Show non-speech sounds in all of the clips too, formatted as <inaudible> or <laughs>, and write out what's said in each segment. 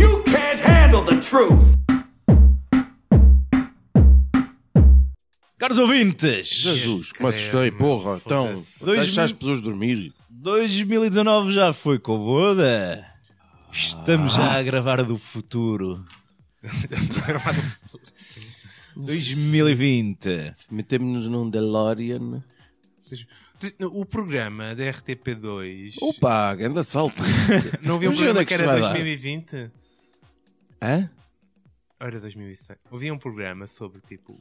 You can't handle the truth. Caros ouvintes, Jesus, que me assustei, porra. Então, deixa as pessoas dormir. 2019 já foi com boda. Estamos já a gravar do futuro. 2020. Metemos-nos num DeLorean. O programa da RTP2. Opa, grande assalto. Não havia um Mas onde programa é que que se era vai dar? 2020? Hã? Ou era 2006? Havia um programa sobre tipo.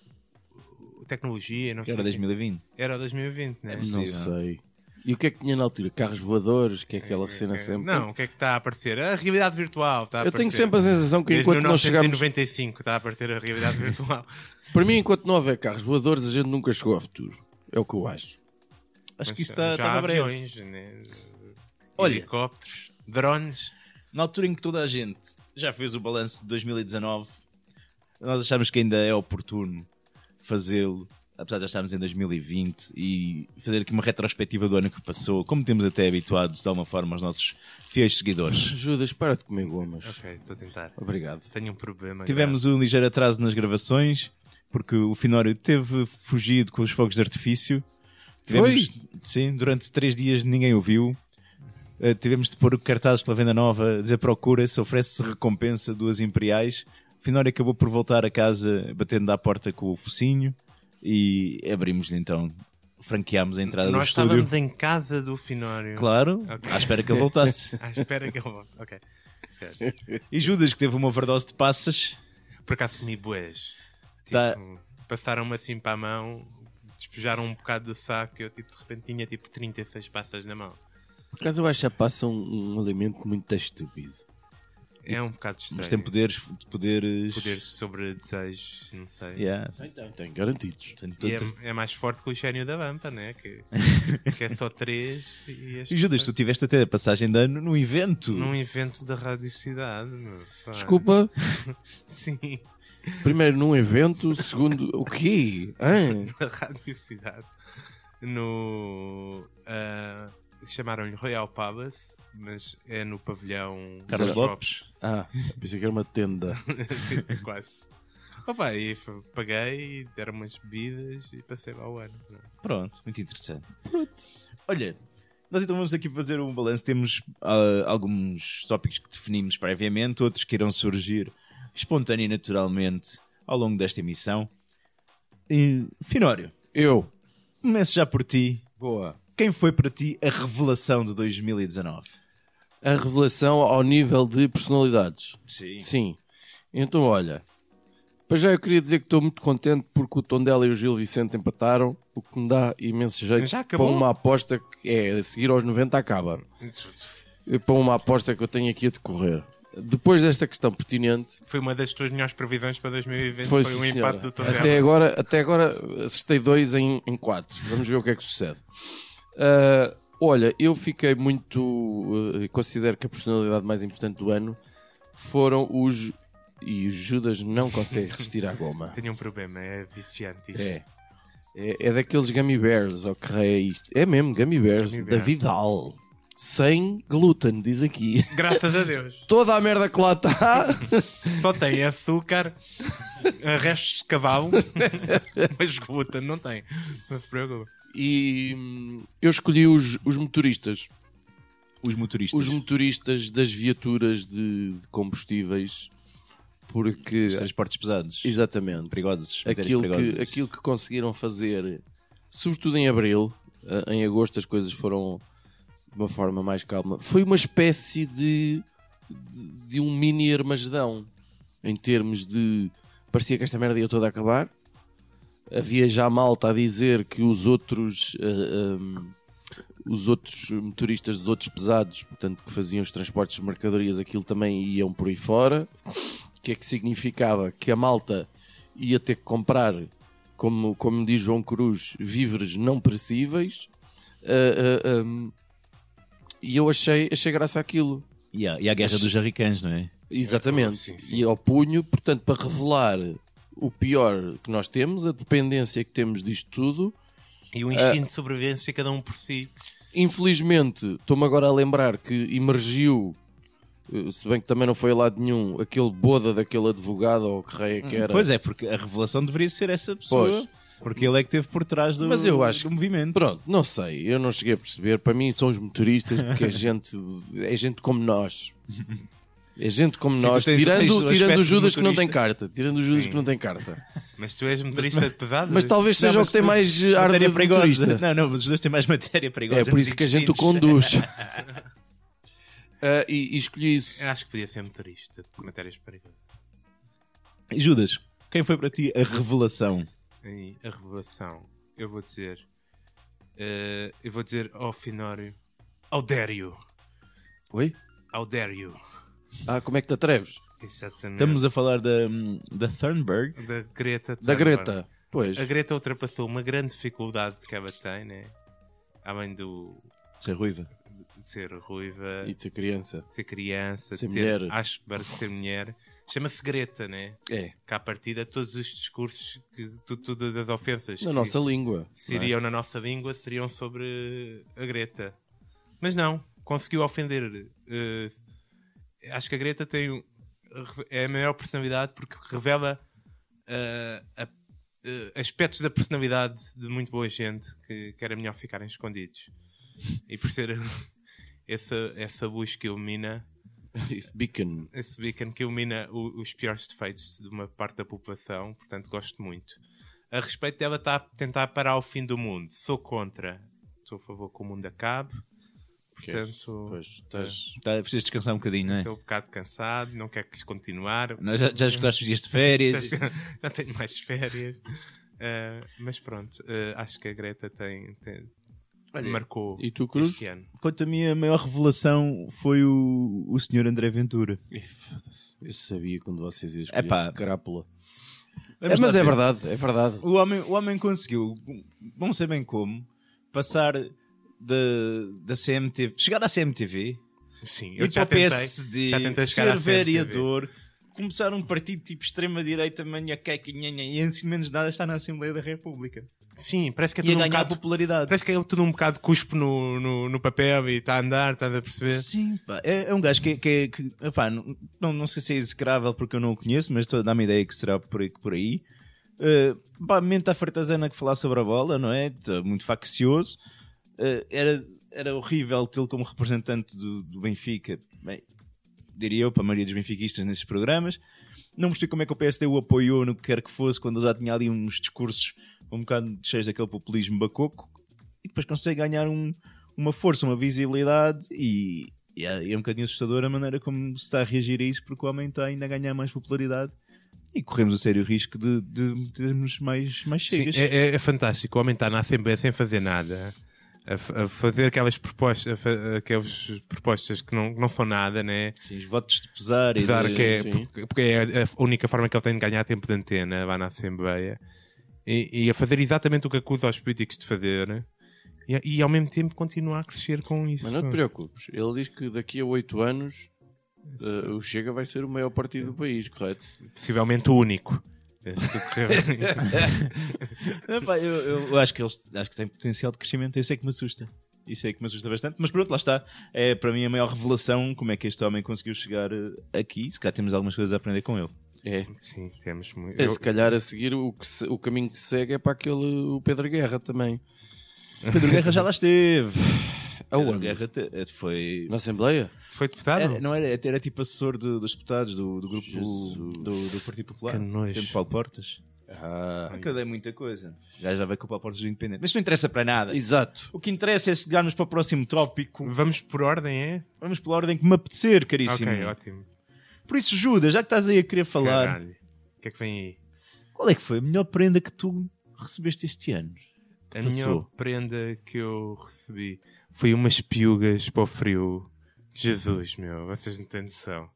Tecnologia, não sei. Era o quê. 2020. Era 2020, né? possível. Não sei. E o que é que tinha na altura? Carros voadores, que é aquela cena sempre. Não, o que é que está a aparecer? A realidade virtual está a Eu aparecer. tenho sempre a sensação que Desde enquanto nós chegamos. 1995 está a aparecer a <laughs> realidade virtual. Para mim, enquanto não houver carros voadores, a gente nunca chegou ao futuro. É o que eu acho. Acho que Mas isso está já está há na breve. aviões, né? Olha. helicópteros, drones. Na altura em que toda a gente já fez o balanço de 2019, nós achamos que ainda é oportuno fazê-lo, apesar de já estarmos em 2020, e fazer aqui uma retrospectiva do ano que passou, como temos até habituados de alguma forma os nossos fiéis seguidores. Judas, para de comer gomas. Ok, estou a tentar. Obrigado. Tenho um problema. Tivemos um ligeiro atraso nas gravações, porque o Finório teve fugido com os fogos de artifício. Tivemos, Sim, durante três dias ninguém ouviu. Uh, tivemos de pôr o cartaz pela venda nova, a dizer procura-se, oferece-se recompensa, duas imperiais. Finório acabou por voltar a casa batendo à porta com o focinho e abrimos-lhe então, franqueámos a entrada Nós do estúdio. estávamos em casa do Finório. Claro, Ok. à espera que ele <laughs> voltasse. À Ah, espera que eu volte. Ok. Certo. e Judas, que teve uma overdose de passas, Por acaso comi boas. Tipo, Tá. passaram-me assim para a mão, despejaram um bocado do saco e eu tipo, de repente tinha tipo 36 passas na mão. Por acaso eu acho a passa um, um alimento muito estúpido. É um bocado estranho. mas tem poderes. poderes... Poderes sobre desejos, não sei. Yeah. Então, tem garantidos. Portanto, E tu- é, é mais forte que o gênio da Vampa, né? Que, <laughs> que é só 3 e este E Judas, tu tiveste até a passagem de ano num evento. num evento da radiocidade. meu. Pá. Desculpa, Sim, primeiro num evento, segundo. O quê? <laughs> Hã? da radiocidade. No. ah, Chamaram-lhe Royal Pabas, mas é no pavilhão Carlos dos Lopes. Ah, pensei que era uma tenda. <laughs> Quase. Opa, e f- paguei, deram umas bebidas e passei lá o ano. é? Pronto, muito interessante. Olha, nós então vamos aqui fazer um balanço. Temos ah, alguns tópicos que definimos previamente, outros que irão surgir espontâneo e naturalmente ao longo desta emissão. E, Finório, Eu. começo já por ti. Boa. Quem foi para ti a revelação de 2019? A revelação ao nível de personalidades. Sim. Sim. Então, olha. Para já eu queria dizer que estou muito contente porque o Tondela e o Gil Vicente empataram, o que me dá imenso jeito Já para acabou? uma aposta que é a seguir aos 90 acaba. Para uma aposta que eu tenho aqui a decorrer. Depois desta questão pertinente, Foi uma das tuas melhores previsões para 2020. Foi, Foi, sim, um senhora. empate do Tondela. até agora, até agora acertei dois em, em quatro. Vamos ver o que é que sucede. Ah, olha, eu fiquei muito. eh, considero que a personalidade mais importante do ano foram os. E o Judas não consegue <laughs> resistir à goma. Tenho um problema, é viciante isto. É. É, é daqueles gummy bears, ok? É isto. É mesmo, gummy bears, Gummy da bear. Vidal. Sem glúten, diz aqui. <laughs> Graças a Deus. Toda a merda que lá está. <laughs> Só tem açúcar, restos de cavalo, <laughs> mas glúten não tem. Não se preocupe. E hum, eu escolhi os, os motoristas. Os motoristas. Os motoristas das viaturas de, de combustíveis. Porque. Os transportes pesados. Exatamente. Perigosos. matérias Aquilo que, perigosas. aquilo que conseguiram fazer, sobretudo em abril, eh, em agosto as coisas foram de uma forma mais calma. Foi uma espécie de, de, de um mini Armagedão em termos de. Parecia que esta merda ia toda a acabar. Havia já malta a dizer que os outros. eh, ehm, os outros motoristas dos outros pesados, portanto, que faziam os transportes de mercadorias, aquilo também iam por aí fora. O que é que significava que a malta ia ter que comprar, como, como diz João Cruz, víveres não perecíveis. Ah, ah, ah, e eu achei, achei graça aquilo. E, há, e há a guerra dos jarricãs, não é? Exatamente. Sim, sim. E ao punho, portanto, para revelar o pior que nós temos, a dependência que temos disto tudo. E É. o instinto de sobrevivência, cada um por si. Infelizmente, estou-me agora a lembrar que emergiu, eh, se bem que também não foi a lado nenhum, aquele boda daquele advogado ou que rei que era. Pois é, porque a revelação deveria ser essa pessoa. Pois. Porque ele é que esteve por trás do, Mas eu acho do movimento. Pronto, não sei, eu não cheguei a perceber. Para mim são os motoristas porque é gente, é gente como nós. É gente como tu nós, tens- tens o tirando, tirando aspecto de o Judas que não tem motorista. carta, tirando o Judas que não tem carta. <laughs> Mas tu és motorista de pesadas? Mas talvez seja Não, o mas que tem mais eh, ar de Matéria perigosa. <laughs> motorista. Não, não, mas os dois têm mais matéria perigosa. É por nos isso que a gente o intestinos. <laughs> conduz. <laughs> Ah, e, e escolhi isso. Eu acho que podia ser motorista de matérias perigosas. Judas, quem foi para ti a revelação? E a revelação, eu vou dizer. eh, eu vou dizer ao Finório. Audério. Oi? Audério. Ah, como é que te atreves? Exatamente. Estamos a falar da, da Thunberg. Da Greta. Da Thunberg. Greta. Pois. A Greta ultrapassou uma grande dificuldade que ela tem, né? Além do Ser ruiva. de ser ruiva, E de ser criança. de ser criança, Ser de ter mulher. Asperger, de ser mulher. Chama-se Greta, né? É. Que à partida todos os discursos, que, tu- tudo das ofensas Na que nossa língua. não é? seriam na nossa língua seriam sobre eh, a Greta. Mas não, conseguiu ofender. eh, acho que a Greta tem um- é a maior personalidade porque revela eh, a- eh, aspectos da personalidade de muito boa gente que, que era melhor ficarem escondidos. E por ser <laughs> essa, essa luz que ilumina, Isso, beacon. esse beacon que ilumina o- os piores defeitos de uma parte da população, portanto gosto muito. A respeito dela está a tentar parar o fim do mundo. Sou contra. Sou a favor que o mundo acabe. Portanto, é Pois, estás... Tá, precisas descansar um bocadinho, não é? estou um bocado cansado, não quero que isso continuar. Nós <laughs> já, já esgotaste os dias de <laughs> férias. Não tenho mais férias. Ah, mas pronto, ah, acho que a Greta tem, tem- marcou E tu, Cruz? este ano. Quanto a mim, a maior revelação foi o, o senhor André Ventura. Ih, foda-se. Eu sabia quando vocês iam escolher Epá. esse crápula. É, Vamos mas lá é ver. verdade, é verdade. O homem, o homem conseguiu, não sei bem como, passar da, da CMTV, chegar à CMTV, Sim, eu ir para já o tentei, PSD, já tentei chegar ser à frente, vereador, começar um partido tipo extrema-direita, manhaqueca, nhanhã, e antes de menos nada está na Assembleia da República. Sim, parece que é E a tudo um ganhar bocado popularidade. Parece que é tudo um bocado cuspo no, no, no papel e está a andar, estás a perceber? Sim, pá, é, é um gajo que, que, que epá, não, não, não sei se é execrável porque eu não o conheço, mas estou a dar-me ideia que será por aí. Por aí. Uh, pá, mente à fartazana que falar sobre a bola, não é? Tá Muito faccioso. Uh, era, era horrível tê-lo como representante do, do Benfica, bem, diria eu, para a maioria dos benfiquistas nesses programas. Não percebi como é que o PSD o apoiou no que quer que fosse, quando ele já tinha ali uns discursos um bocado cheios daquele populismo bacoco. E depois consegue ganhar um, uma força, uma visibilidade e, e é, é um bocadinho assustador a maneira como se está a reagir a isso porque o homem está ainda a ganhar mais popularidade e corremos o sério risco de, de termos mais, mais Sim, chegas. é, é- é fantástico. O homem está na Assembleia sem fazer nada, a, f- a fazer aquelas propostas, a fa- aquelas propostas que não, que não são nada, né? Sim, os votos de pesar, e de- Apesar que é, Sim. porque, porque é a única forma que ele tem de ganhar tempo de antena lá na Assembleia e, e a fazer exatamente o que acusa os políticos de fazer né? e, e ao mesmo tempo continuar a crescer com isso. Mas não te preocupes, ele diz que daqui a 8 anos eh, o Chega vai ser o maior partido do país, correto? Possivelmente o único. <laughs> Se correr- Epá, É eu, eu- eu acho que eles acho que têm potencial de crescimento, isso é que me assusta. Isso é que me assusta bastante, mas pronto, lá está. É para mim a maior revelação como é que este homem conseguiu chegar eh, aqui. Se calhar temos algumas coisas a aprender com ele. É. Sim, temos muito. Se calhar a seguir o, que se- o caminho que se segue é para aquele o Pedro Guerra também. Pedro Guerra já lá esteve. Pedro Aonde? Guerra te- eh, foi Na Assembleia? Foi deputado? Era, não era, era tipo assessor do- dos deputados do, do grupo Jesus. do, do Partido Popular. Que nojo. Tem Paulo Portas. Ah, Acabei muita coisa. Já já veio com o Paulo Portas do Independente. Mas não interessa para nada. exato. O que interessa é se chegarmos para o próximo tópico. Tipo, Vamos por ordem, é? Vamos pela ordem que me apetecer, caríssimo. Ok, ótimo. Por isso, Judas, já que estás aí a querer falar, Caralho. O que é que vem aí? qual é que foi a melhor prenda que tu recebeste este ano? A Passou. melhor prenda que eu recebi foi umas piugas para o frio. Jesus, meu, vocês não têm noção.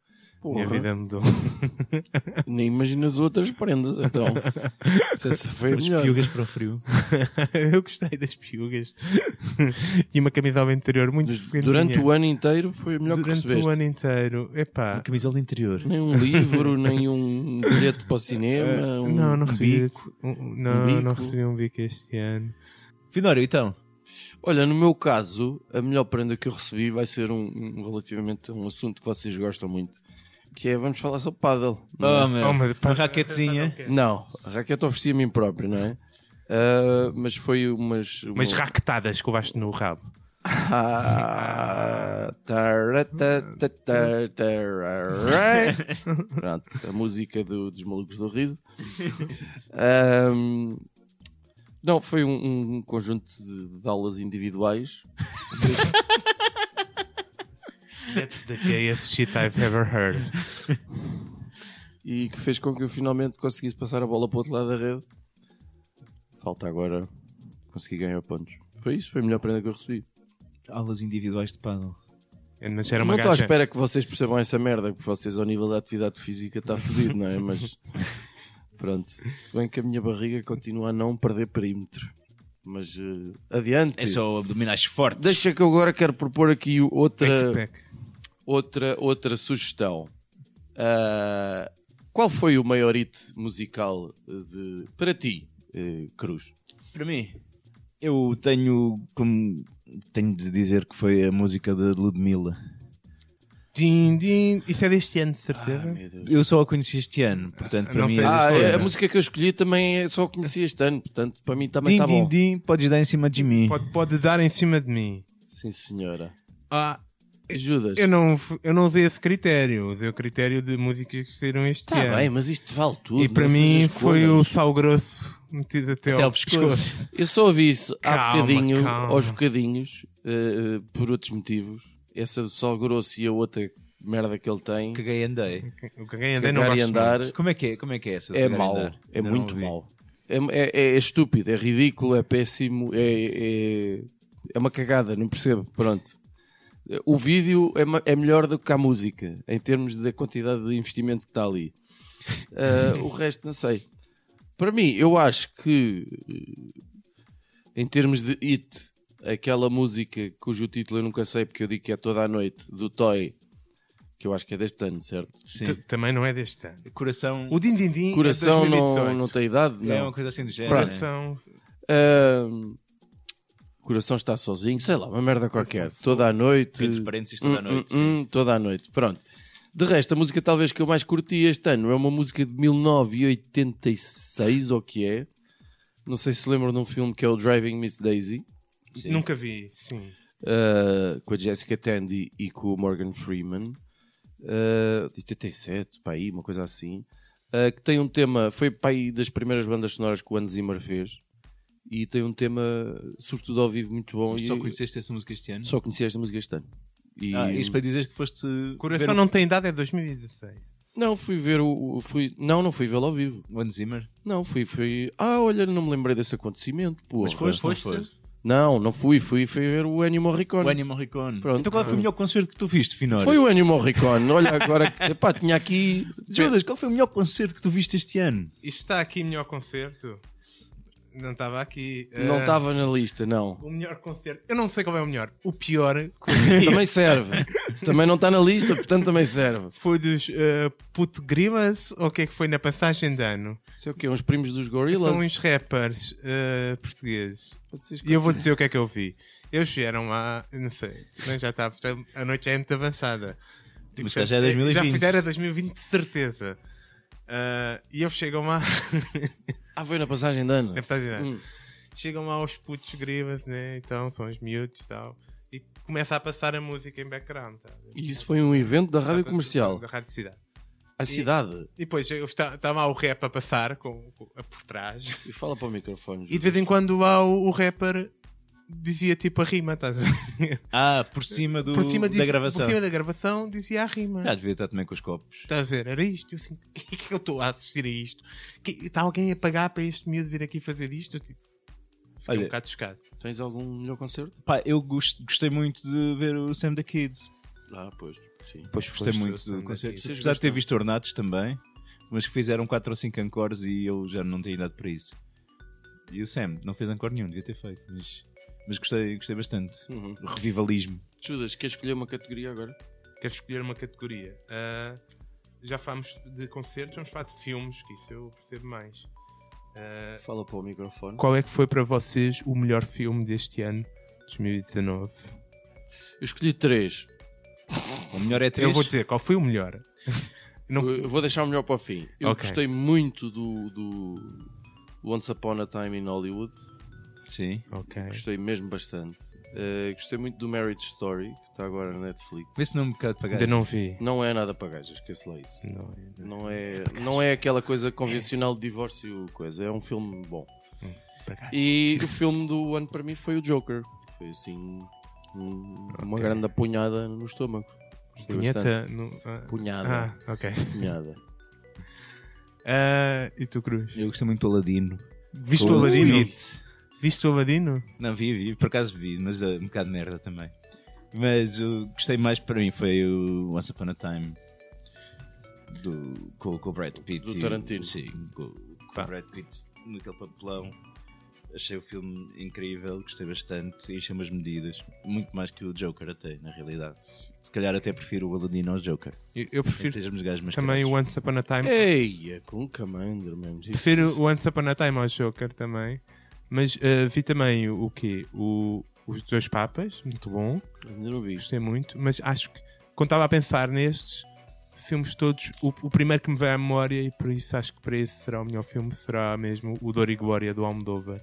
Minha Porra, vida mudou. <laughs> nem imaginas outras prendas, <laughs> então. Se essa foi a As melhor. piugas para o <laughs> frio. Eu gostei das piugas. <laughs> e uma camisola interior muito frequentinha. Durante o ano inteiro foi a melhor que Durante recebeste. o ano inteiro. Epá. Uma camisola de interior. Nem um livro, nem um bilhete para o <laughs> cinema. um- Não, não recebi. bico. um- não, Um bico. não recebi um bico este ano. Finório, então. Olha, no meu caso, a melhor prenda que eu recebi vai ser um, um- relativamente a um assunto que vocês gostam muito, que é vamos falar sobre paddle. não é? Oh, meu. Oh, mas- Uma <laughs> raquetezinha. Não, a raquete ofereci a mim próprio, não é? Ah, mas foi umas. uma- Mas raquetadas que eu acho no rabo. Ah, tá, taratatatatarai. Pronto, a música do- dos malucos do riso. Ahm, não, foi um, um conjunto de, de aulas individuais. That's the gayest shit I've ever heard. e que fez com que eu finalmente conseguisse passar a bola para o outro lado da rede. Falta agora conseguir ganhar pontos. Foi isso, foi a melhor prenda que eu recebi. Aulas individuais de paddle. Mas era não uma estou à gaja. espera que vocês percebam essa merda, porque vocês, ao nível da atividade física, está fodido, não é? Mas <laughs> pronto, se bem que a minha barriga continua a não perder perímetro. Mas eh, adiante. É só abdominais fortes. Deixa que eu agora quero propor aqui outra. Eight-pack. Outra, outra sugestão. Ah, qual foi o maior hit musical eh, de, para ti, eh, Cruz? Para mim, eu tenho como tenho de dizer que foi a música da Ludmilla. Din, din. Isso é deste ano, de certeza. Eu só a conheci este ano, portanto, para Não mim fez é Ah, este este é- a ano. música que eu escolhi também é- só conheci este ano, portanto, para mim Din, também está din, tá bom. din, podes dar em cima de mim. Pode, pode dar em cima de mim. Sim, senhora. Ah, Judas. eu não, eu não usei esse critério. Usei o critério de músicas que saíram este Está ano. Tá bem, mas isto vale tudo. e para não mim sejas foi cora. o sal grosso metido até, Até ao ao pescoço. Eu só ouvi isso há Calma, bocadinho, calma. aos bocadinhos, eh, eh, por outros motivos. Essa do Sol Grosso e a outra merda que ele tem, <laughs> que Caguei e andei. O que ganha andei não cagar e gosto andar, Como é que é, como é, que é essa? de é cagar e mau, andar? é Ainda não muito ouvi. mau. É, é- é- é estúpido, é ridículo, é péssimo, é, é, é uma cagada, não percebo. Pronto. O vídeo é, ma- é melhor do que a música, em termos da quantidade de investimento que está ali. Ah, o resto, não sei. Para mim, eu acho que, eh, em termos de hit, aquela música cujo título eu nunca sei porque eu digo que é toda a noite, do Toy, que eu acho que é deste ano, certo? mais. Sim. T- Também não é deste ano. Coração O din din din é de Coração 2018. não, não tem idade? Não. é uma coisa assim do género. né? Coração. Ahm, coração está sozinho, sei lá, uma merda qualquer. Toda a noite. Entre parênteses, toda a noite, hum, toda a noite, pronto. De resto, a música talvez que eu mais curti este ano é uma música de 1986, ou que é. Não sei se lembram de um filme que é o Driving Miss Daisy, Sim. Nunca vi, sim. ah, com a Jessica Tandy e com o Morgan Freeman, ah, de 87, para aí, uma coisa assim, ah, que tem um tema, foi para aí das primeiras bandas sonoras que o Hans Zimmer fez, e tem um tema, sobretudo ao vivo, muito bom. e Só conheceste essa música este ano? hum. só conheci esta música este ano. E- Ah, isto para dizer que foste. Coração ver não tem idade é 2016. Não, fui ver o. o- Fui... Não, não fui vê-lo ao vivo. o One Zimmer. Não, fui, fui. Ah, olha, não me lembrei desse acontecimento. Porra. Mas foste? Foste? Não foste? Não, não fui, fui, fui ver o Ennio Morricone. O Ennio Morricone. Pronto. Então qual foi o melhor concerto que tu viste, Finório? Foi o Ennio Morricone. Olha, agora. <laughs> que- Epá, tinha aqui. Judas, qual foi o melhor concerto que tu viste este ano? Isto está aqui melhor concerto. Não estava aqui. Ah, Não estava na lista, não. O melhor concerto. Eu não sei qual é o melhor. O pior Também serve. também não está na lista, portanto também serve. <laughs> foi dos ah, Puto Grimas ou o que é que foi na passagem de ano? Isso é o quê? Uns primos dos São uns gorilas? rappers ah, portugueses. Vocês- E eu vou dizer o que é que eu vi. Eles vieram lá, não sei, também já estava, já- a noite já é muito avançada. Tipo, Mas já é 2020. Já fizeram 2020 de certeza. Ah, e eles chegam lá, <laughs> Ah, foi na passagem de ano. deve estar a dizer, É né? Hum. chegam lá aos putos grimas, né? Então são os miúdos e tal. E começa a passar a música em background. Tá? E isso foi um evento da rádio comercial. Da Rádio Cidade. A cidade. E depois eu está- estava lá o rap a passar com, com- a por trás. E fala para o microfone. E de vez em quando lá o, o rapper dizia tipo a rima, estás a ver? Ah, por cima, do, por cima da disso- gravação. É. Por cima da gravação dizia a rima. Já Ah, devia estar também com os copos. Está a ver? Era isto. Eu assim, o que é que eu estou a assistir a isto? Que- Está alguém a pagar para este miúdo vir aqui fazer isto? Eu tipo, fiquei Olha, um bocado chocado. Tens algum melhor concerto? Pá, eu gost- gostei muito de ver o Sam the Kid. Ah, pois. Sim. Depois Gostei foste muito stand-up do concerto. artist. Apesar de ter visto Ornatos também, mas que fizeram 4 ou 5 ancores e eu já não tenho idade para isso. E o Sam não fez ancor nenhum, devia ter feito, mas, mas gostei, gostei bastante. Uhum. O Revivalismo. Judas, queres escolher uma categoria agora? Queres é escolher uma categoria? Ah, já falamos de concertos, vamos falar de filmes, que isso eu percebo mais. Fala para o microfone. Qual é que foi para vocês o melhor filme deste ano, 2019? Eu escolhi três. O melhor é 3. Eu vou dizer qual foi o <laughs> melhor. Não- Eu vou deixar o melhor para o fim. Eu Ok. gostei muito do, do Once Upon a Time in Hollywood. Sim. Ok. Gostei mesmo bastante. Eh, gostei muito do Marriage Story, que está agora na Netflix. Vê se não é um bocado para Ainda pagar. não vi. Não é nada para gajas, esquece lá isso. Não, ainda. Não é, não é aquela coisa convencional de divórcio, coisa. É um filme bom. E o filme do ano para mim foi o Joker. Foi assim, um- uma Ok. grande apunhada no estômago. Gostei bastante. Punheta no... ah, Punhada. Ah, ok. Apunhada. Ah, e tu, Cruz? Eu gostei muito do Aladino. Viste Com o Aladino? Sweet. Viste o Aladino? Não, vi, vi, por acaso vi, mas é um bocado de merda também. Mas o que gostei mais para mim foi o Once Upon a Time do, com, com o Brad Pitt. Do e- Tarantino. sim, com, com o Brad Pitt naquele papelão. Achei o filme incrível, gostei bastante, encheu-me as medidas. Muito mais que o Joker, até, na realidade. Se calhar até prefiro o Aladino ao Joker. Eu, eu Prefiro prefiro estejamos gajos, mas também o caras. Once Upon a Time. É, Eia, com Commander, mesmo. Isso- Prefiro o Once Upon a Time ao Joker também. Mas ah, vi também o, o quê? O, os Dois Papas, muito bom. Ainda não vi. Gostei muito. Mas acho que, quando estava a pensar nestes filmes todos, o, o primeiro que me veio à memória, e por isso acho que para esse será o melhor filme, será mesmo o Dor e Glória do Almodóvar.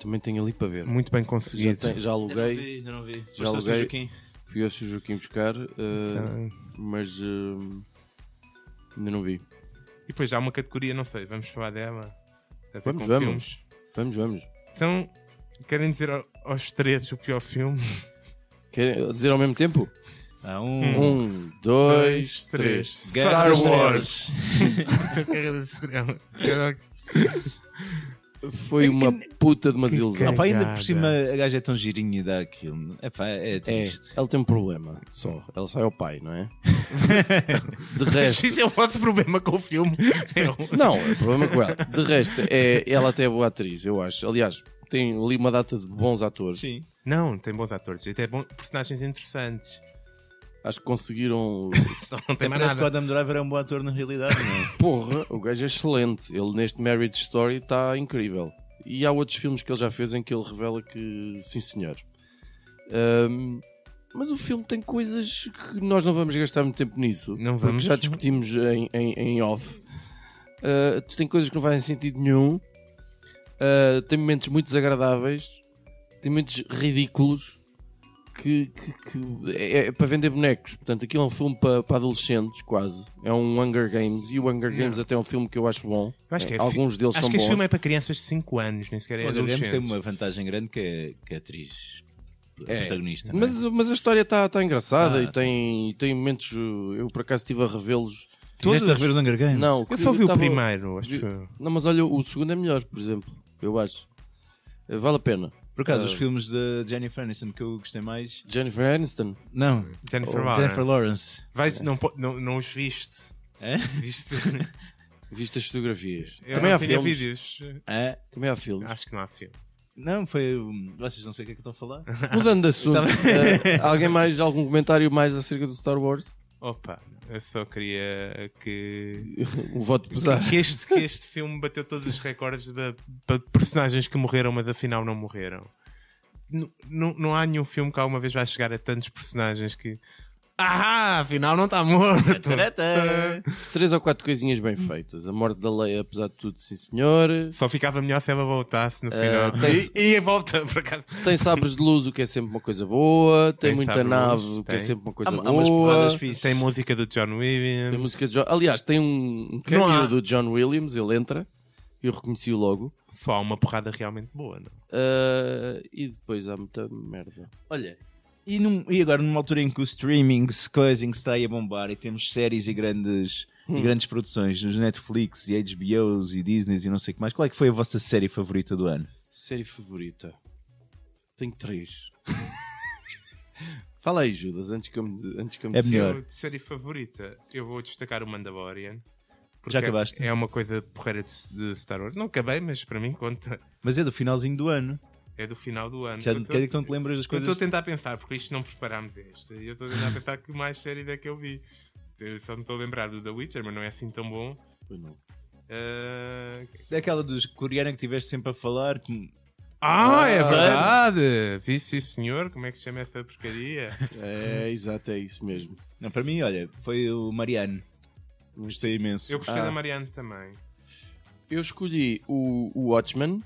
Também tenho ali para ver. Muito bem Já, conseguido. tem- já aluguei, Ainda não vi, Já Foste ao São aluguei. Joaquim? fui ao Sr. Joaquim buscar, eh, Então, mas eh, ainda não vi. E depois já há uma categoria, não sei, vamos falar dela. Tem a ver Vamos, com vamos. filmes. Vamos, vamos. Então, querem dizer ao- aos três o pior filme? <laughs> Querem dizer ao mesmo tempo? Há um. Um, dois, Dois, três. três. Star Guerra das Wars! Guerra das Estrelas. Guerra- Foi uma puta de uma desilusão. Ah, pá, ainda por Cagada. cima a gaja é tão girinha e dá aquilo. É pá, é É, triste. ela tem um problema só. Ela sai ao pai, não é? De resto. Isso é o outro problema com o filme. É o- Não, é problema com ela. De resto, é, ela até é boa atriz, eu acho. Aliás, tem ali uma data de bons atores. Sim. Não, tem bons atores. E até bom- personagens interessantes. Acho que conseguiram Só não Até tem mais parece que o nada. Adam Driver é um bom ator na realidade, <laughs> não é? Porra, o gajo é excelente. Ele neste Marriage Story está incrível. E há outros filmes que ele já fez em que ele revela que sim, senhor. Ahm, mas o filme tem coisas que nós não vamos gastar muito tempo nisso. Não porque vamos. já discutimos em, em, em off. Ah, tem coisas que não fazem sentido nenhum. Ah, tem momentos muito desagradáveis. Tem momentos ridículos. Que, que- que- é, é para vender bonecos. Portanto, aquilo é um filme para, para adolescentes, quase. É um Hunger Games. E o Hunger Games até é um filme que eu acho bom. Eu acho que é Alguns fi- deles acho são que bons. esse filme é para crianças de 5 anos, nem sequer é O Adam Driver adolescente. tem uma vantagem grande que é, que é atriz É. protagonista. não é? Mas, mas a história está tá engraçada Ah, e tem, e tem momentos. uh, Eu por acaso estive a revê-los. Tiveste todos- a rever os Hunger Games? Não, Eu que só vi o tava- primeiro, acho que foi. Não, mas olha, o segundo é melhor, por exemplo. Eu acho. Eh, Vale a pena. Por acaso, os filmes da Jennifer Aniston que eu gostei mais. Jennifer Aniston. Não, Jennifer o Lawrence. Oh, Jennifer Lawrence. É? Vais, não, po- não, não os viste. Hã? Viste? <laughs> Viste as fotografias. Eu Também não há tinha filmes. vídeos. Hã? Também há filmes. Acho que não há filme. É? Não, foi. hum, Vocês não sei o que é que estão a falar. <laughs> Mudando Ah, de assunto, eh, alguém mais, algum comentário mais acerca do Star Wars? <laughs> Opa, eu só queria que. O voto pesar. Que este, que este filme bateu todos os recordes de, de personagens que morreram, mas afinal não morreram. N- Não não há nenhum filme que alguma vez vai chegar a tantos personagens que. Ah, afinal não está morto! Tarata! Três ou quatro coisinhas bem feitas. A morte da lei, apesar de tudo, sim senhor. Só ficava melhor se ela voltasse no Eh, final. tem- E, e a volta, por acaso. Tem sabres de luz, o que é sempre uma coisa boa. Tem, Tem muita sabres de nave, luz, o que é tem. sempre uma coisa Há, boa. há umas porradas fixas. Tem música do John Tem Williams. música de John... Aliás, tem um um Não cameo há. do John Williams, ele entra, eu reconheci-o logo. Só há uma porrada realmente boa, não? Ah, e depois há muita merda. Olha, e, num- e agora numa altura em que o streaming, se coising está aí a bombar e temos séries e grandes, e grandes produções nos Netflix e HBOs e Disneys e não sei o que mais, qual é que foi a vossa série favorita do ano? Série favorita. Tenho três. <laughs> Fala aí, Judas, antes que eu me, antes que eu me É descer. melhor. Eu, de série favorita, eu vou destacar o Mandalorian. porque Já acabaste? É uma coisa porreira de, de Star Wars. Não acabei, mas para mim conta. Mas é do finalzinho do ano. É do final do ano. Já Eu tô- quer dizer que não te lembras das Eu estou a coisas. tentar pensar, porque isto não preparámos este. Eu estou a tentar pensar que mais séries é que eu vi. Eu só me estou a lembrar do The Witcher, mas não é assim tão bom. Pois não. Ah, Daquela dos coreana que tiveste sempre a falar. Que... ah, é Ah, verdade! Vi, sim, senhor. Como é que se chama essa porcaria? É, exato, é isso mesmo. Não, para mim, olha, foi o Mariano. Gostei imenso. Eu gostei Ah. da Marianne também. Eu escolhi o, o Watchmen,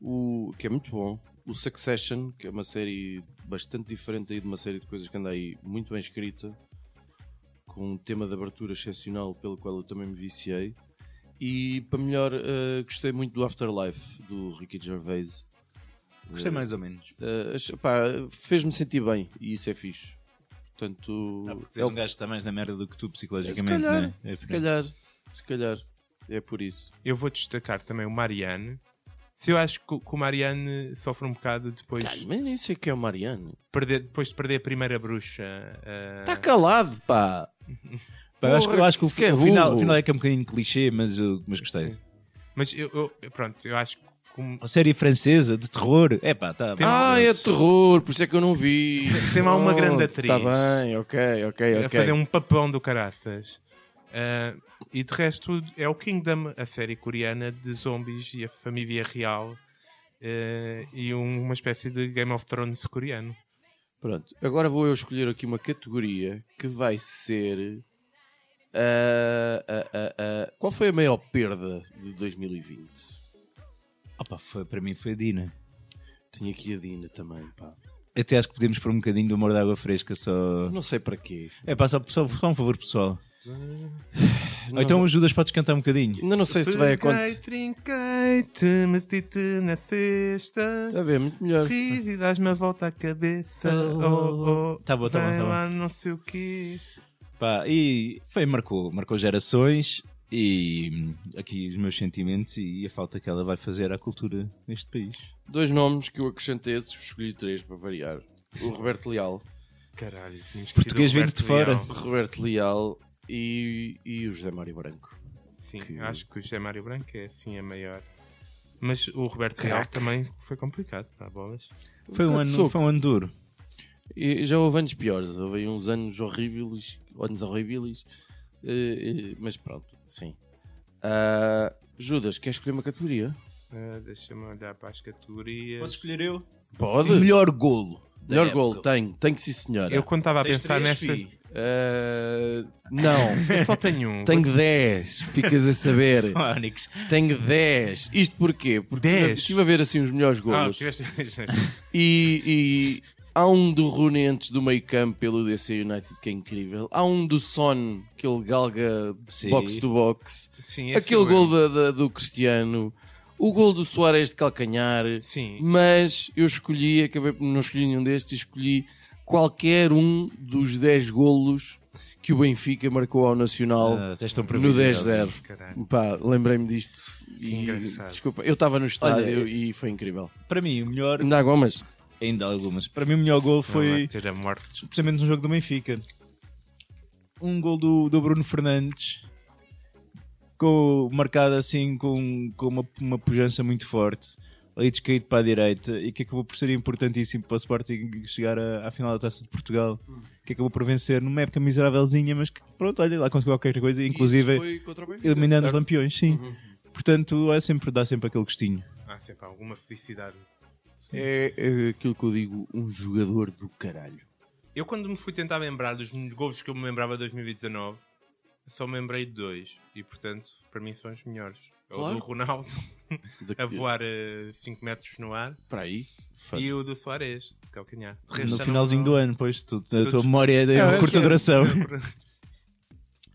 o, que é muito bom, o Succession, que é uma série bastante diferente aí de uma série de coisas que anda aí muito bem escrita, com um tema de abertura excepcional pelo qual eu também me viciei. E para melhor, eh, gostei muito do Afterlife, do Ricky Gervais. Gostei mais ou menos. Eh, ach- pá, Fez-me sentir bem e isso é fixe. Portanto, Ah, porque é tens o- um gajo que está mais na merda do que tu se psicologicamente, calhar, né? É, se calhar, se calhar, é por isso. Eu vou destacar também o Marianne. Se eu acho que, o- que o Marianne sofre um bocado depois, Caralho, mas nem sei quem é o Mariano. perder, depois de perder a primeira bruxa. ah, Está calado, pá. Pá, eu acho, que- eu acho que o, Isso que é o final, burro. o final é que é um bocadinho clichê, mas, eu- mas gostei. Sim. Mas eu, eu- pronto, eu acho que como- Uma série francesa de terror. É pá, tá. Ah, é mas- terror, por isso é que eu não vi. Tem lá uma Pronto, grande atriz. Está bem, ok, ok, a ok. fazer um papão do caraças. Ah, e de resto é o Kingdom, a série coreana de zombies e a família real ah, e um- uma espécie de Game of Thrones coreano. Pronto, agora vou eu escolher aqui uma categoria que vai ser. ah, ah, ah, ah, Qual foi a maior perda de 2020? Opa, foi, para mim foi a Dina. Tenho aqui a Dina também, pá. Até acho que podemos pôr um bocadinho do amor de água fresca só. Não sei para quê. É pá, só, só- só um favor pessoal. Não Ou então ajudas, podes cantar um bocadinho. Ainda não sei se vai Peguei, acontecer. Trinquei-te, meti-te na cesta. Está Tá bem, muito melhor. Ris e dás-me a volta à cabeça. Oh, oh. Tá bom, tá bom, Vem tá bom. lá não sei o quê. Pá, e foi, marcou, marcou gerações e hum, aqui os meus sentimentos e a falta que ela vai fazer à cultura neste país. Dois nomes que eu acrescentei, escolhi três para variar. O Roberto Leal. Caralho, tínhamos Português que ir ao vindo de Roberto fora. Leal. Roberto Leal e, e o José Mário Branco. Sim, Que- acho que o José Mário Branco é assim a maior. Mas o Roberto Real Crack. também foi complicado para bolas. Foi um, bocado ano, soco. foi um ano duro. E já houve anos piores, houve aí uns anos horríveis, anos horríveis, eh, eh, mas pronto, sim. Ah, Judas, quer escolher uma categoria? Ah, Deixa-me olhar para as categorias. escolher eu? Pode. Melhor, Melhor golo. da melhor época. gol, tenho, tenho que sim senhora. Eu quando estava a Tens pensar três, nesta. fi? Ah, não, <laughs> Eu só tenho um. tenho 10, ficas a <laughs> saber. Onix. Tenho 10. Isto porquê? Porque 10? estive a ver assim os melhores Ah, golos. tiveste- <laughs> E, e há um do Rooney antes do meio campo pelo DC United que é incrível. Há um do Son que ele galga Sim. box to box. Sim, esse Aquele eu lembro. gol da- da- do Cristiano. O gol do Soares de calcanhar. Sim. Mas eu escolhi, acabei por não escolher nenhum destes, escolhi qualquer um dos 10 golos que o Benfica marcou ao Nacional Ah, tens um tão no previsível. 10-0. Caralho. Pá, lembrei-me disto. E, Engraçado. desculpa, eu estava no estádio Olha, e foi incrível. Para mim, o melhor. Ainda há gomas? Ainda há algumas. Para mim, o melhor gol Não é. foi vai ter a morte. precisamente no jogo do Benfica. Um gol do, do Bruno Fernandes. Com, marcado assim com, com uma, uma pujança muito forte. Ali descaído para a direita. E que acabou por ser importantíssimo para o Sporting chegar à, à final da taça de Portugal. Que acabou por vencer numa época miserávelzinha, mas que pronto, olha lá, conseguiu qualquer coisa. Inclusive eliminando os lampiões, sim. Portanto, é sempre, dá sempre aquele gostinho. Há sempre alguma felicidade. É, é aquilo que eu digo, um jogador do caralho. Eu quando me fui tentar lembrar dos gols que eu me lembrava de 2019, só me lembrei de dois. E portanto, para mim são os melhores. É Claro. O do Ronaldo a Daqui- É voar 5 metros no ar Para aí. e o do Soares de calcanhar. De resto, No já não- finalzinho do ano, pois, tu, a tua Todos- memória é de É, curta é. <laughs> duração.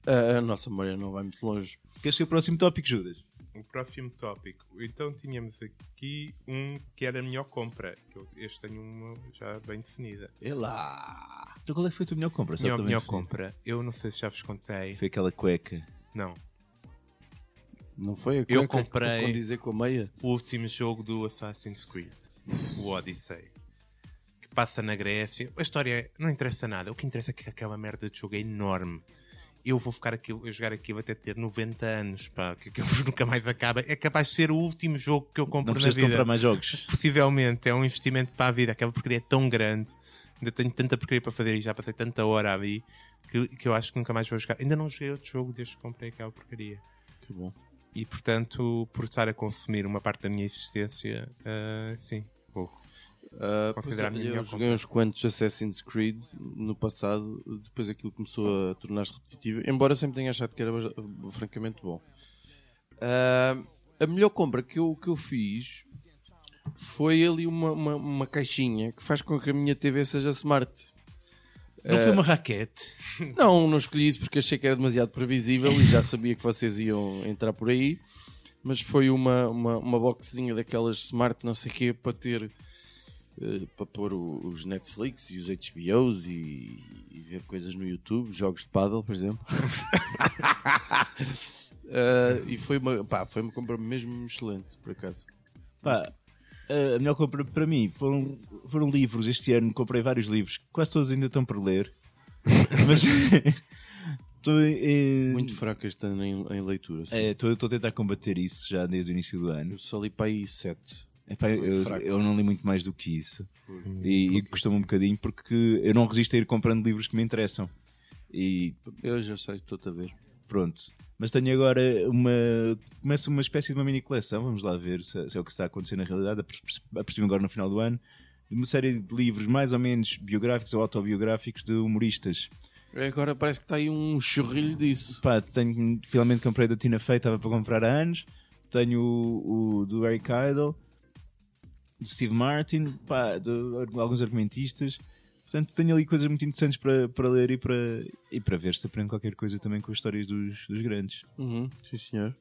A, a nossa memória não vai muito longe. Queres ser o próximo tópico, Judas? O próximo tópico. Então tínhamos aqui um que era a melhor compra. Eu- Este tenho uma já bem definida. É lá. Então qual é que foi a tua melhor compra? Só Minha também melhor te- compra. Eu não sei se já vos contei. Foi aquela cueca. Não. Não foi a Eu cueca que- comprei. Com dizer com a meia. o último jogo do Assassin's Creed, o Odyssey. Que passa na Grécia. A história não interessa nada. O que interessa é que aquela merda de jogo é enorme. Eu vou ficar aqui, eu jogar aquilo até ter 90 anos, pá, que aquilo <laughs> nunca mais acaba. É capaz de ser o último jogo que eu Não compro na precisas de vida. comprar mais <laughs> jogos. Possivelmente, é um investimento para a vida. Aquela porcaria é tão grande. Ainda tenho tanta porcaria para fazer e já passei tanta hora ali que, que eu acho que nunca mais vou jogar. Ainda não joguei outro jogo desde que comprei aquela porcaria. Que bom. E portanto, por estar a consumir uma parte da minha existência, ah, sim, vou Ah, pois Considerar a é, minha eu melhor joguei uns quantos Assassin's Creed no passado, depois aquilo começou a tornar-se repetitivo, embora eu sempre tenha achado que era bas- francamente bom. Ah, a melhor compra que eu, que eu fiz foi ali uma, uma, uma caixinha que faz com que a minha TV seja smart. Não foi uma raquete. Não, não escolhi isso porque achei que era demasiado previsível e já sabia que vocês iam entrar por aí. Mas foi uma, uma, uma boxinha daquelas smart, não sei o quê, para ter. eh, para pôr o- os Netflix e os HBOs e, e ver coisas no YouTube, jogos de paddle, por exemplo. <laughs> Eh, e foi uma, pá, foi uma compra mesmo excelente, por acaso. Pá, eh, a melhor compra para mim foram, foram livros este ano. Comprei vários livros, quase todos ainda estão por ler. <laughs> Mas <laughs> estou eh, Muito fraca este ano em, em leitura. sim. eh, estou- estou a tentar combater isso já desde o início do ano. Eu só li para aí 7. Epá, eu, fraco. eu não li muito mais do que isso. E, e custou-me um bocadinho porque eu não resisto a ir comprando livros que me interessam. E Eu já sei, estou-te a ver. pronto. Mas tenho agora uma. Começa uma espécie de uma mini coleção, vamos lá ver se, se é o que está a acontecer na realidade. Aperce- Apercebi-me agora no final do ano. de Uma série de livros mais ou menos biográficos ou autobiográficos de humoristas. Agora parece que está aí um chorrilho disso. Pá, tenho, finalmente comprei da Tina Fey, estava para comprar há anos. Tenho o, o do Eric Idle, do Steve Martin, pá, de alguns argumentistas. Portanto, tenho ali coisas muito interessantes para, para ler e para, e para ver se aprendo qualquer coisa também com as histórias dos, dos grandes. Uhum, sim, senhor.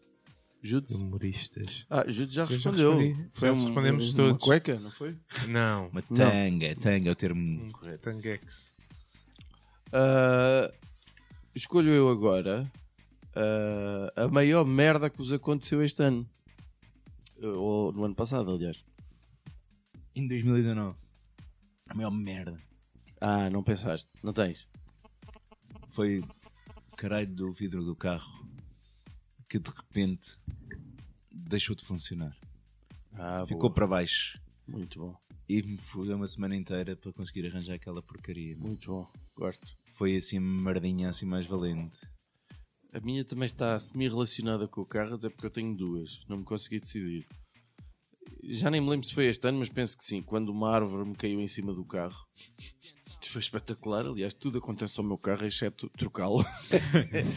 Jude? Humoristas. Ah, Jude já Sim, já respondeu. respondi. foi Já um- respondemos uma todos. cueca, não foi? Não. Uma tanga, tanga é o termo. Tangex. Ah, escolho eu agora ah, a maior merda que vos aconteceu este ano. Ah, Ou no ano passado, aliás. Em 2019. A maior merda. Ah, não pensaste. Não tens? Foi o caralho do vidro do carro que de repente deixou de funcionar. Ah, Ficou boa. para baixo. Muito bom. E me fudeu uma semana inteira para conseguir arranjar aquela porcaria. meu. Muito bom. Gosto. Foi assim, uma merdinha assim mais valente. <laughs> A minha também está semi-relacionada com o carro, até porque eu tenho duas, não me consegui decidir. Já nem me lembro se foi este ano, mas penso que sim, quando uma árvore me caiu em cima do carro. Isto Foi espetacular, aliás, tudo acontece ao meu carro, exceto trocá-lo. <laughs>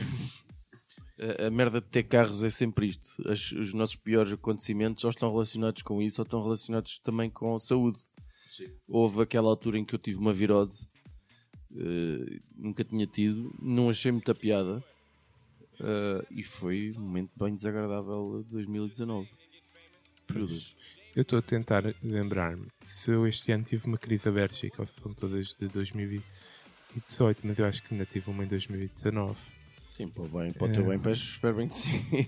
a, a merda de ter carros é sempre isto. As- os nossos piores acontecimentos ou estão relacionados com isso ou estão relacionados também com a saúde. Houve aquela altura em que eu tive uma virose, eh, nunca tinha tido, não achei muita piada. Uh, e foi um momento bem desagradável de 2019. Períodos. Eu estou a tentar lembrar-me se eu este ano tive uma crise alérgica ou se são todas de 2018, mas eu acho que ainda tive uma em 2019. Sim, para o, bem, para o teu É. bem, pois, espero bem que <laughs> sim.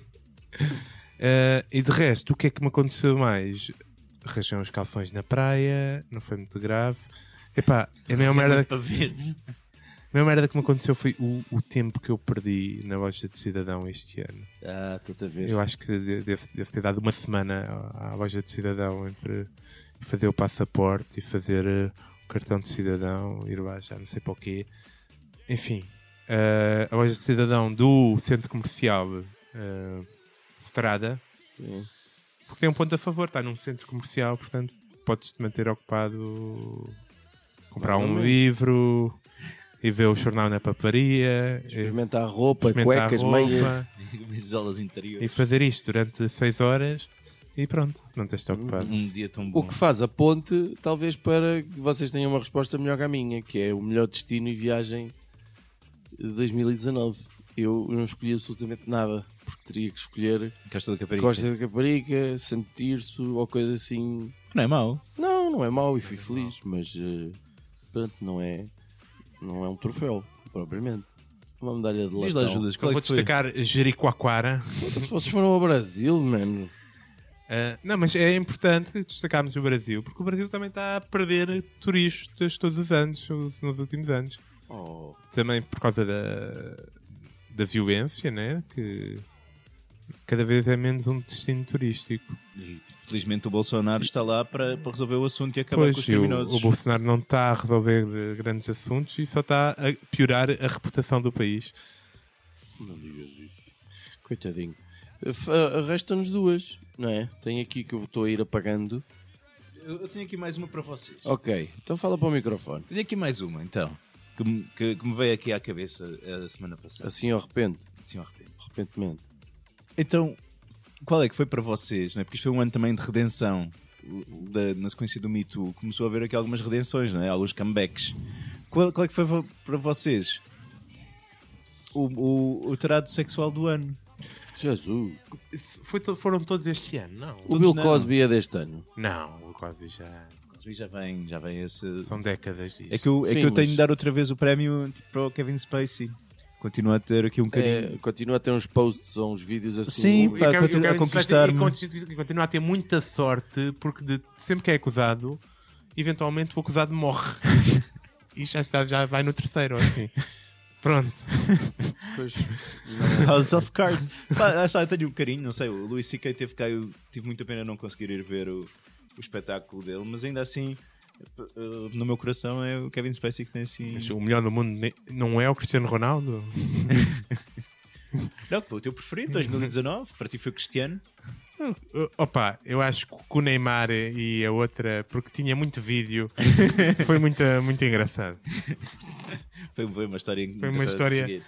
Ah, e de resto, o que é que me aconteceu mais? Rajei os calções na praia, não foi muito grave. Epá, a maior merda Para verde. A maior merda que me aconteceu foi o, o tempo que eu perdi na loja de Cidadão este ano. Ah, estou-te a ver. Eu acho que de- devo, devo ter dado uma semana à, à loja de Cidadão entre fazer o passaporte e fazer eh, o cartão de Cidadão, ir baixar, não sei para o quê. Enfim, eh, a loja de Cidadão do Centro Comercial eh, Estrada, Sim. porque tem um ponto a favor, está num centro comercial, portanto podes-te manter ocupado, comprar Mais ou um menos. livro e ver o jornal na paparia, eh, Experimentar roupa, experimentar cuecas, roupa meias. Isolas e interiores. fazer isto durante 6 horas e pronto, não estás Hum. ocupado. Um dia tão bom. O que faz a ponte, talvez, para que vocês tenham uma resposta melhor que a minha, que é o melhor destino e viagem de 2019. Eu não escolhi absolutamente nada, porque teria que escolher Costa da Caparica. Costa da Caparica, Santo Tirso ou coisa assim Não é mau. Não, não é mau e fui feliz, mas eh, pronto, não é, não é um troféu, propriamente. Uma medalha de Diz lá, latão. Judas. Então Qual é vou que foi? destacar Jericoacoara. Se vocês foram ao Brasil, mano. Ah, não, mas é importante destacarmos o Brasil, porque o Brasil também está a perder turistas todos os anos, os- nos últimos anos. Oh, Também por causa da, da violência, né? Que cada vez é menos um destino turístico. E, felizmente o Bolsonaro está lá para, para resolver o assunto e acabar com os Pois, e o, criminosos. o Bolsonaro não está a resolver eh, grandes assuntos e só está a piorar a reputação do país. não digas isso. Coitadinho. F- ah, Resta-nos duas, não é? Tem aqui que eu estou a ir apagando. Eu, eu tenho aqui mais uma para vocês. Ok, então fala para o microfone. Tenho aqui mais uma, então, que me, que- que me veio aqui à cabeça a semana passada. Assim, ao repente. Assim, ao repente. Repentemente. Então, qual é que foi para vocês? Não é? Porque isto foi um ano também de redenção. O- da- na sequência do Me Too, começou a haver aqui algumas redenções, não é? alguns comebacks. Qual, qual é que foi vo- para vocês o, o, o tarado sexual do ano? Jesus. Foi to- foram todos este ano, não? O Bill não. Cosby é deste ano. Não, o Cosby já. Já vem, já vem esse. São décadas disto. É que eu, é Sim, que eu tenho mas- de dar outra vez o prémio tipo, para o Kevin Spacey. Continua a ter aqui um bocadinho. É, continua a ter uns posts ou uns vídeos Sim, assim. E pá, quero- continua a eu quero que se vai- conquistar-me. e conti- Continua a ter muita sorte, porque de- sempre que é acusado, eventualmente o acusado morre. <laughs> e já, está- já vai no terceiro, ou assim. Pronto. Pois, House of Cards. Pá, lá está, eu tenho um carinho, não sei. O Louis C.K. teve cá, eu tive muita pena não conseguir ir ver o, o espetáculo dele, mas ainda assim, p- eh, no meu coração é o Kevin Spacey que tem assim. Mas o melhor do mundo ne- não é o Cristiano Ronaldo? Não, pô, o teu preferido, 2019, para ti foi Cristiano. Uh, Opa, eu acho que o Neymar e a outra, porque tinha muito <laughs> vídeo, foi muito, muito engraçado. Foi, foi uma história Foi uma engraçada de história- seguir.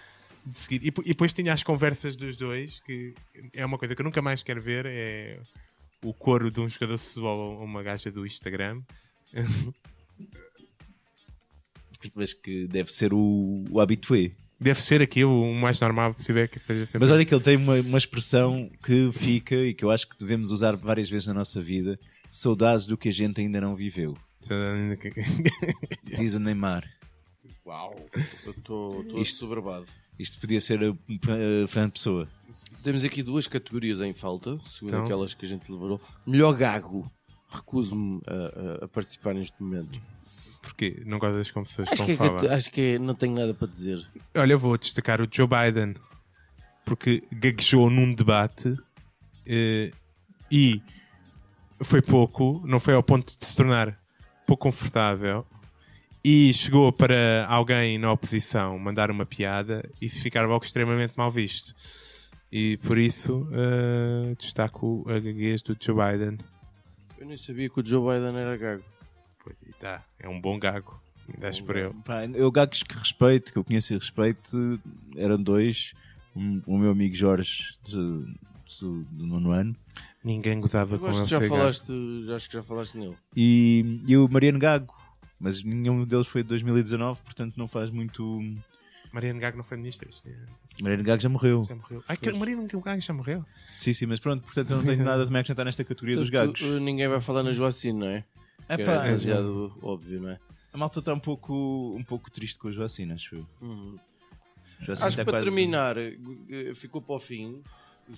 De seguida- E, po- e depois tinha as conversas dos dois, que é uma coisa que eu nunca mais quero ver, é o coro de um jogador de futebol a uma gaja do Instagram. Mas que deve ser o, o habitué. Deve ser aqui o mais normal possível que seja sempre. Mas olha que ele tem uma, uma expressão que fica e que eu acho que devemos usar várias vezes na nossa vida: saudades do que a gente ainda não viveu. Diz o Neymar. uau. Eu estou Isto- soberbado. Isto podia ser a, a Fernando Pessoa. Temos aqui duas categorias em falta, segundo Então. aquelas que a gente liberou. Melhor gago. Recuso-me a, a- a participar neste momento. <laughs> Então Porque não gostas como pessoas Acho estão que, a é que eu te- falar. acho que é- não tenho nada para dizer. Olha, eu vou destacar o Joe Biden, porque gaguejou num debate eh, e foi pouco, não foi ao ponto de se tornar pouco confortável. E chegou para alguém na oposição mandar uma piada e ficar logo extremamente mal visto. E por isso eh, destaco a gaguez do Joe Biden. Eu nem sabia que o Joe Biden era gago. Pois, e tá, é um bom gago. Dás por eu. Pá, eu gagos que respeito, que eu conheço e respeito, eram dois. Um- o meu amigo Jorge, do, do, do nono ano, Ninguém gozava Eu com ele. acho que já ser Então gago. falaste, acho que já falaste nele. e, e o Mariano Gago. Mas nenhum deles foi de 2019, portanto não faz muito. Mariano Gago não foi ministro. este ano. Mariano Gago já morreu. Já morreu. Ai, que Mariano Gago um já morreu. Sim, sim, mas pronto, portanto eu não tenho nada de me acrescentar nesta categoria dos Tu- gagos. tu- ninguém vai falar na Joacine, não é? É Que pá, era demasiado óbvio, não é? a malta está um pouco, um pouco triste com as vacinas. acho eu. Já assim Uhum. Acho está que para quase- terminar, eh, ficou para o fim,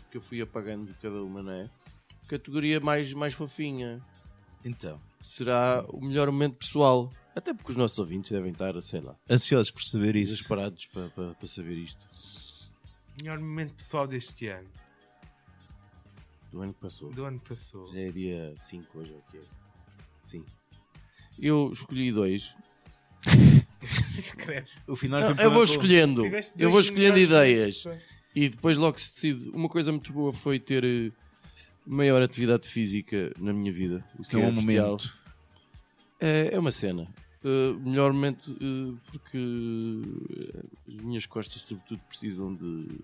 que eu fui apagando cada uma, não é? Categoria mais, mais fofinha Então, será o melhor momento pessoal. Até porque os nossos ouvintes devem estar, sei lá, ansiosos por saber isso. desesperados para, para, para saber isto Melhor momento pessoal deste ano. do ano que passou. Do ano que passou. <laughs> Já é dia 5 hoje, é o que é? Sim. Eu escolhi dois. O final Não, foi eu vou pronto. escolhendo. Tiveste dois Eu vou escolhendo melhores ideias. momentos E depois logo se decide. Uma coisa muito boa foi ter eh, maior atividade física na minha vida. O Isso que não é é um bestial. momento. É, é uma cena. Eh, melhor momento eh, porque eh, as minhas costas, sobretudo, precisam de.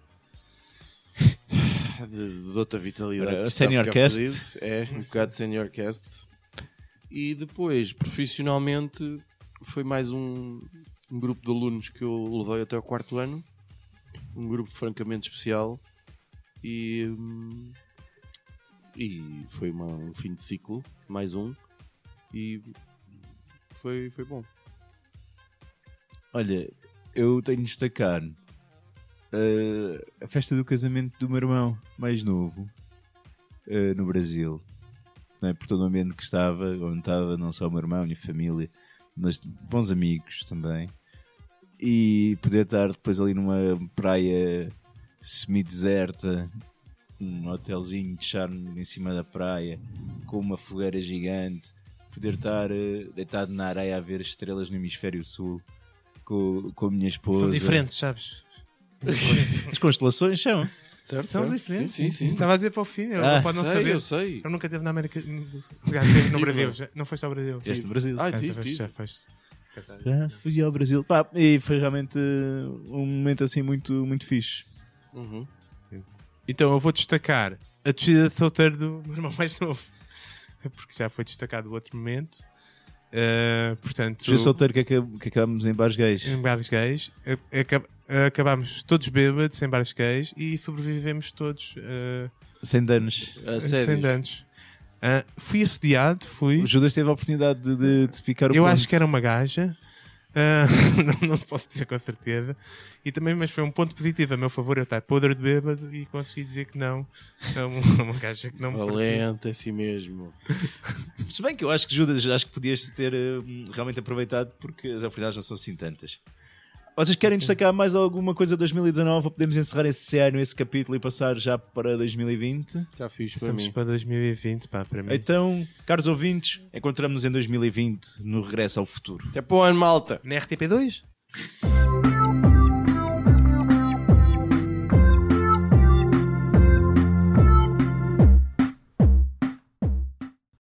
<laughs> de, de outra vitalidade. Ora, que está a senior ficar cast. fodido. É, um bocado senior cast. E depois, profissionalmente, foi mais um, um grupo de alunos que eu levei até ao quarto ano. Um grupo francamente especial. E. hum, e foi uma- um fim de ciclo, mais um. E foi, foi bom. Olha, eu tenho de destacar eh, a festa do casamento do meu irmão mais novo. eh, no Brasil. Não é? Por todo o ambiente que estava, onde estava não só o meu irmão, a minha família, mas bons amigos também. E poder estar depois ali numa praia semi-deserta, um hotelzinho de charme em cima da praia, com uma fogueira gigante, poder estar eh, deitado na areia a ver estrelas no hemisfério sul com, com a minha esposa. é. São diferentes, sabes? As constelações são. Certo? São certo. diferentes. Sim, sim. sim. Estava a dizer para o fim, eu Ah, pode não sei, saber. eu sei. Eu nunca teve na América do Sul. Já teve no Tive. Brasil. já- Não foi só ao Brasil. Este Brasil. Ai, Já tive, foste, tive. já foste. Ah, fui ao Brasil. Pá, e foi realmente uh, um momento assim muito, muito fixe. Uhum. Então eu vou destacar a despedida de solteiro do meu irmão mais <laughs> novo. Porque já foi destacado outro momento. Ah, portanto, Tu... solteiro que, acab que acabamos em bares gays. em bares gays. a- acab- Acabámos todos bêbados em bares gays e sobrevivemos todos ah, Sem danos. Ah, sem sérios. danos. Ah, fui assediado, fui. O Judas teve a oportunidade de, de, de picar o Eu ponto. acho que era uma gaja. Ah, <laughs> não, não posso dizer com certeza. E também, mas foi um ponto positivo a meu favor. Eu estar podre de bêbado e consegui dizer que não. É uma, <laughs> uma gaja que não me parecia. Valente, é assim mesmo. Se bem que eu acho que Judas, acho que podias ter uh, realmente aproveitado porque as oportunidades não são assim tantas. Vocês querem destacar mais alguma coisa de 2019 ou podemos encerrar esse ano, esse capítulo e passar já para 2020? Já fiz para Estamos mim. para 2020, pá, para mim. Então, caros ouvintes, encontramos-nos em 2020 no Regresso ao Futuro. Até para o ano, malta. Na RTP2?